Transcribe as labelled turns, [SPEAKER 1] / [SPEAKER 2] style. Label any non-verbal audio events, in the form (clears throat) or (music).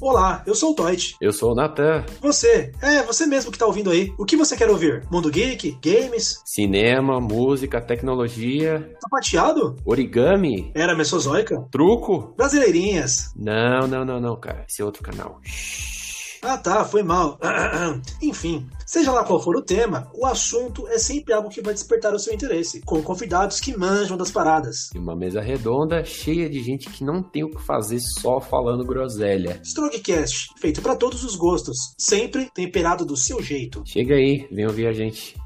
[SPEAKER 1] Olá, eu sou o Toit.
[SPEAKER 2] Eu sou o Natan.
[SPEAKER 1] Você, é, você mesmo que tá ouvindo aí. O que você quer ouvir? Mundo Geek? Games?
[SPEAKER 2] Cinema, música, tecnologia,
[SPEAKER 1] Sapateado?
[SPEAKER 2] origami,
[SPEAKER 1] Era Mesozoica?
[SPEAKER 2] truco.
[SPEAKER 1] Brasileirinhas?
[SPEAKER 2] Não, não, não, não, cara. Esse é outro canal.
[SPEAKER 1] Ah tá, foi mal. (clears throat) Enfim, seja lá qual for o tema, o assunto é sempre algo que vai despertar o seu interesse, com convidados que manjam das paradas.
[SPEAKER 2] E uma mesa redonda cheia de gente que não tem o que fazer só falando groselha.
[SPEAKER 1] Strogcast, feito pra todos os gostos, sempre temperado do seu jeito.
[SPEAKER 2] Chega aí, vem ouvir a gente.